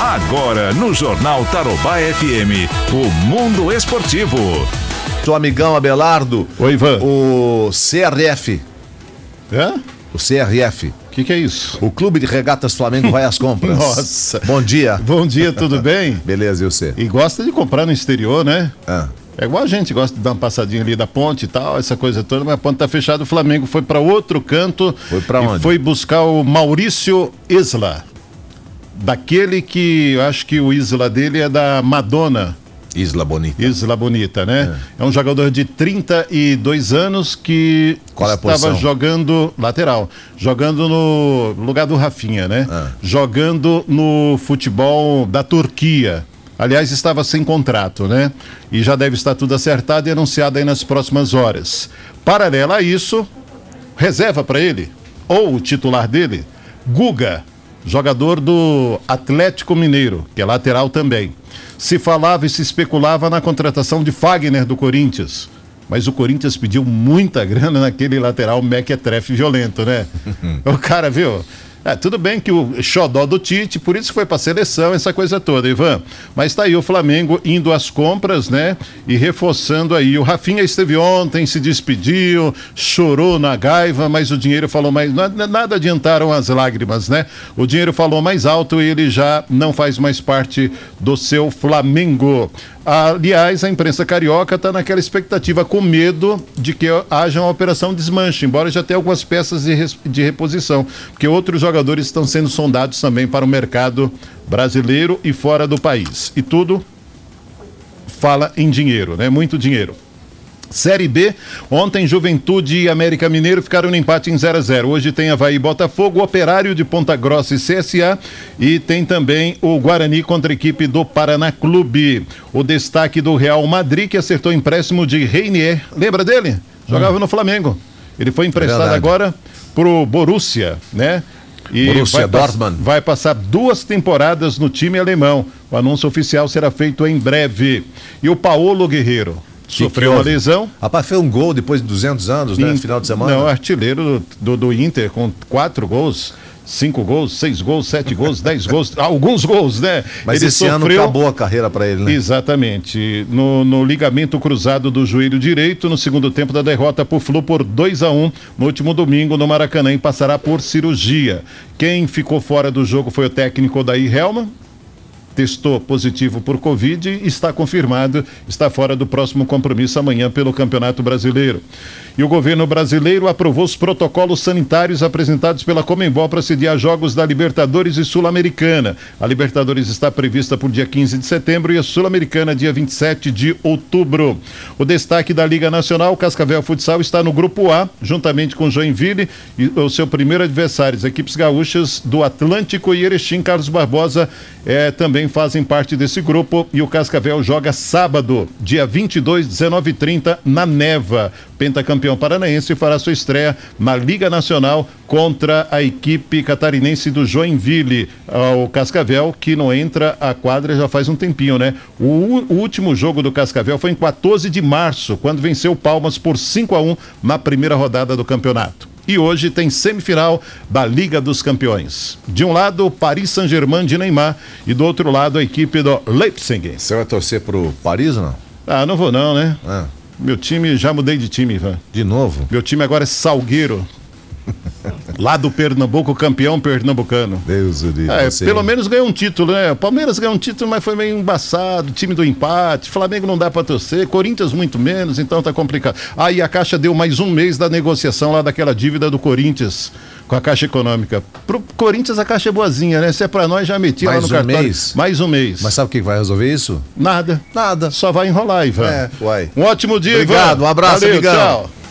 agora no Jornal Tarobá FM, o Mundo Esportivo. Seu amigão Abelardo. Oi, Ivan. O CRF. Hã? O CRF. O que, que é isso? O Clube de Regatas Flamengo vai às compras. Nossa. Bom dia. Bom dia, tudo bem? Beleza, e você? E gosta de comprar no exterior, né? Ah. É igual a gente, gosta de dar uma passadinha ali da ponte e tal, essa coisa toda, mas a ponte tá fechada, o Flamengo foi para outro canto. Foi pra e onde? Foi buscar o Maurício Isla. Daquele que, eu acho que o Isla dele é da Madonna. Isla Bonita. Isla Bonita, né? É. um jogador de 32 anos que Qual é a estava posição? jogando lateral, jogando no lugar do Rafinha, né? Ah. Jogando no futebol da Turquia. Aliás, estava sem contrato, né? E já deve estar tudo acertado e anunciado aí nas próximas horas. Paralelo a isso, reserva para ele, ou o titular dele, Guga, jogador do Atlético Mineiro, que é lateral também. Se falava e se especulava na contratação de Fagner do Corinthians. Mas o Corinthians pediu muita grana naquele lateral mequetrefe violento, né? o cara, viu? É, tudo bem que o xodó do Tite, por isso que foi pra seleção, essa coisa toda, Ivan. Mas tá aí o Flamengo indo às compras, né? E reforçando aí. O Rafinha esteve ontem, se despediu, chorou na gaiva, mas o dinheiro falou mais. na- na- Nada adiantaram as lágrimas, né? O dinheiro falou mais alto e ele já não faz mais parte do seu Flamengo. Aliás, a imprensa carioca tá naquela expectativa, com medo de que haja uma operação desmanche, embora já tenha algumas peças de, res- de reposição, porque outros jogadores estão sendo sondados também para o mercado brasileiro e fora do país. E tudo fala em dinheiro, né? Muito dinheiro. Série B, ontem Juventude e América Mineiro ficaram no empate em 0 a 0 Hoje tem Havaí e Botafogo, Operário de Ponta Grossa e CSA e tem também o Guarani contra a equipe do Paraná Clube. O destaque do Real Madrid que acertou empréstimo de Reinier. Lembra dele? Jogava no Flamengo. Ele foi emprestado Verdade. agora pro Borussia, né? E Borussia vai pass- Dortmund. vai passar duas temporadas no time alemão. O anúncio oficial será feito em breve. E o Paulo Guerreiro Que sofreu que uma houve? lesão. Rapaz, foi um gol depois de 200 anos, né? Sim. Final de semana. Não, é artilheiro do, do Inter com quatro gols, cinco gols, seis gols, sete gols, dez gols, alguns gols, né? Mas esse ano acabou a carreira pra ele, né? Exatamente. No, no ligamento cruzado do joelho direito, no segundo tempo da derrota por Flu por 2 a 1 no último domingo no Maracanã e passará por cirurgia. Quem ficou fora do jogo foi o técnico Odair Helman. Testou positivo por Covid e está confirmado, está fora do próximo compromisso amanhã pelo Campeonato Brasileiro. E o governo brasileiro aprovou os protocolos sanitários apresentados pela Comembol para sediar jogos da Libertadores e Sul-Americana. A Libertadores está prevista para o dia 15 de setembro e a Sul-Americana dia 27 de outubro. O destaque da Liga Nacional, Cascavel Futsal, está no Grupo A, juntamente com Joinville e o seu primeiro adversário, as equipes gaúchas do Atlântico e Erechim. Carlos Barbosa eh, também fazem parte desse grupo e o Cascavel joga sábado, dia 22, 19 h 30 na Neva. Pentacampeão paranaense fará sua estreia na Liga Nacional contra a equipe catarinense do Joinville. Ah, O Cascavel, que não entra à quadra já faz um tempinho, né? O, u- o último jogo do Cascavel foi em 14 de março, quando venceu o Palmas por 5 a 1 na primeira rodada do campeonato. E hoje tem semifinal da Liga dos Campeões. De um lado, o Paris Saint-Germain de Neymar e do outro lado a equipe do Leipzig. Você vai torcer pro Paris ou não? Ah, não vou não, né? Ah, Meu time, já mudei de time, Ivan. de novo? Meu time agora é Salgueiro. Lá do Pernambuco, campeão pernambucano. Deus do É, pelo menos ganhou um título, né? O Palmeiras ganhou um título, mas foi meio embaçado. Time do empate. Flamengo não dá pra torcer. Corinthians muito menos, então tá complicado. Aí a Caixa deu mais um mês da negociação lá daquela dívida do Corinthians com a Caixa Econômica. Pro Corinthians a Caixa é boazinha, né? Se é pra nós, já meti lá Mais no um cartório. mês? Mais um mês. Mas sabe o que vai resolver isso? Nada. Nada. Só vai enrolar, Ivan. É, uai. Um ótimo dia, Ivan. Obrigado, um abraço, Valeu, amigão. tchau.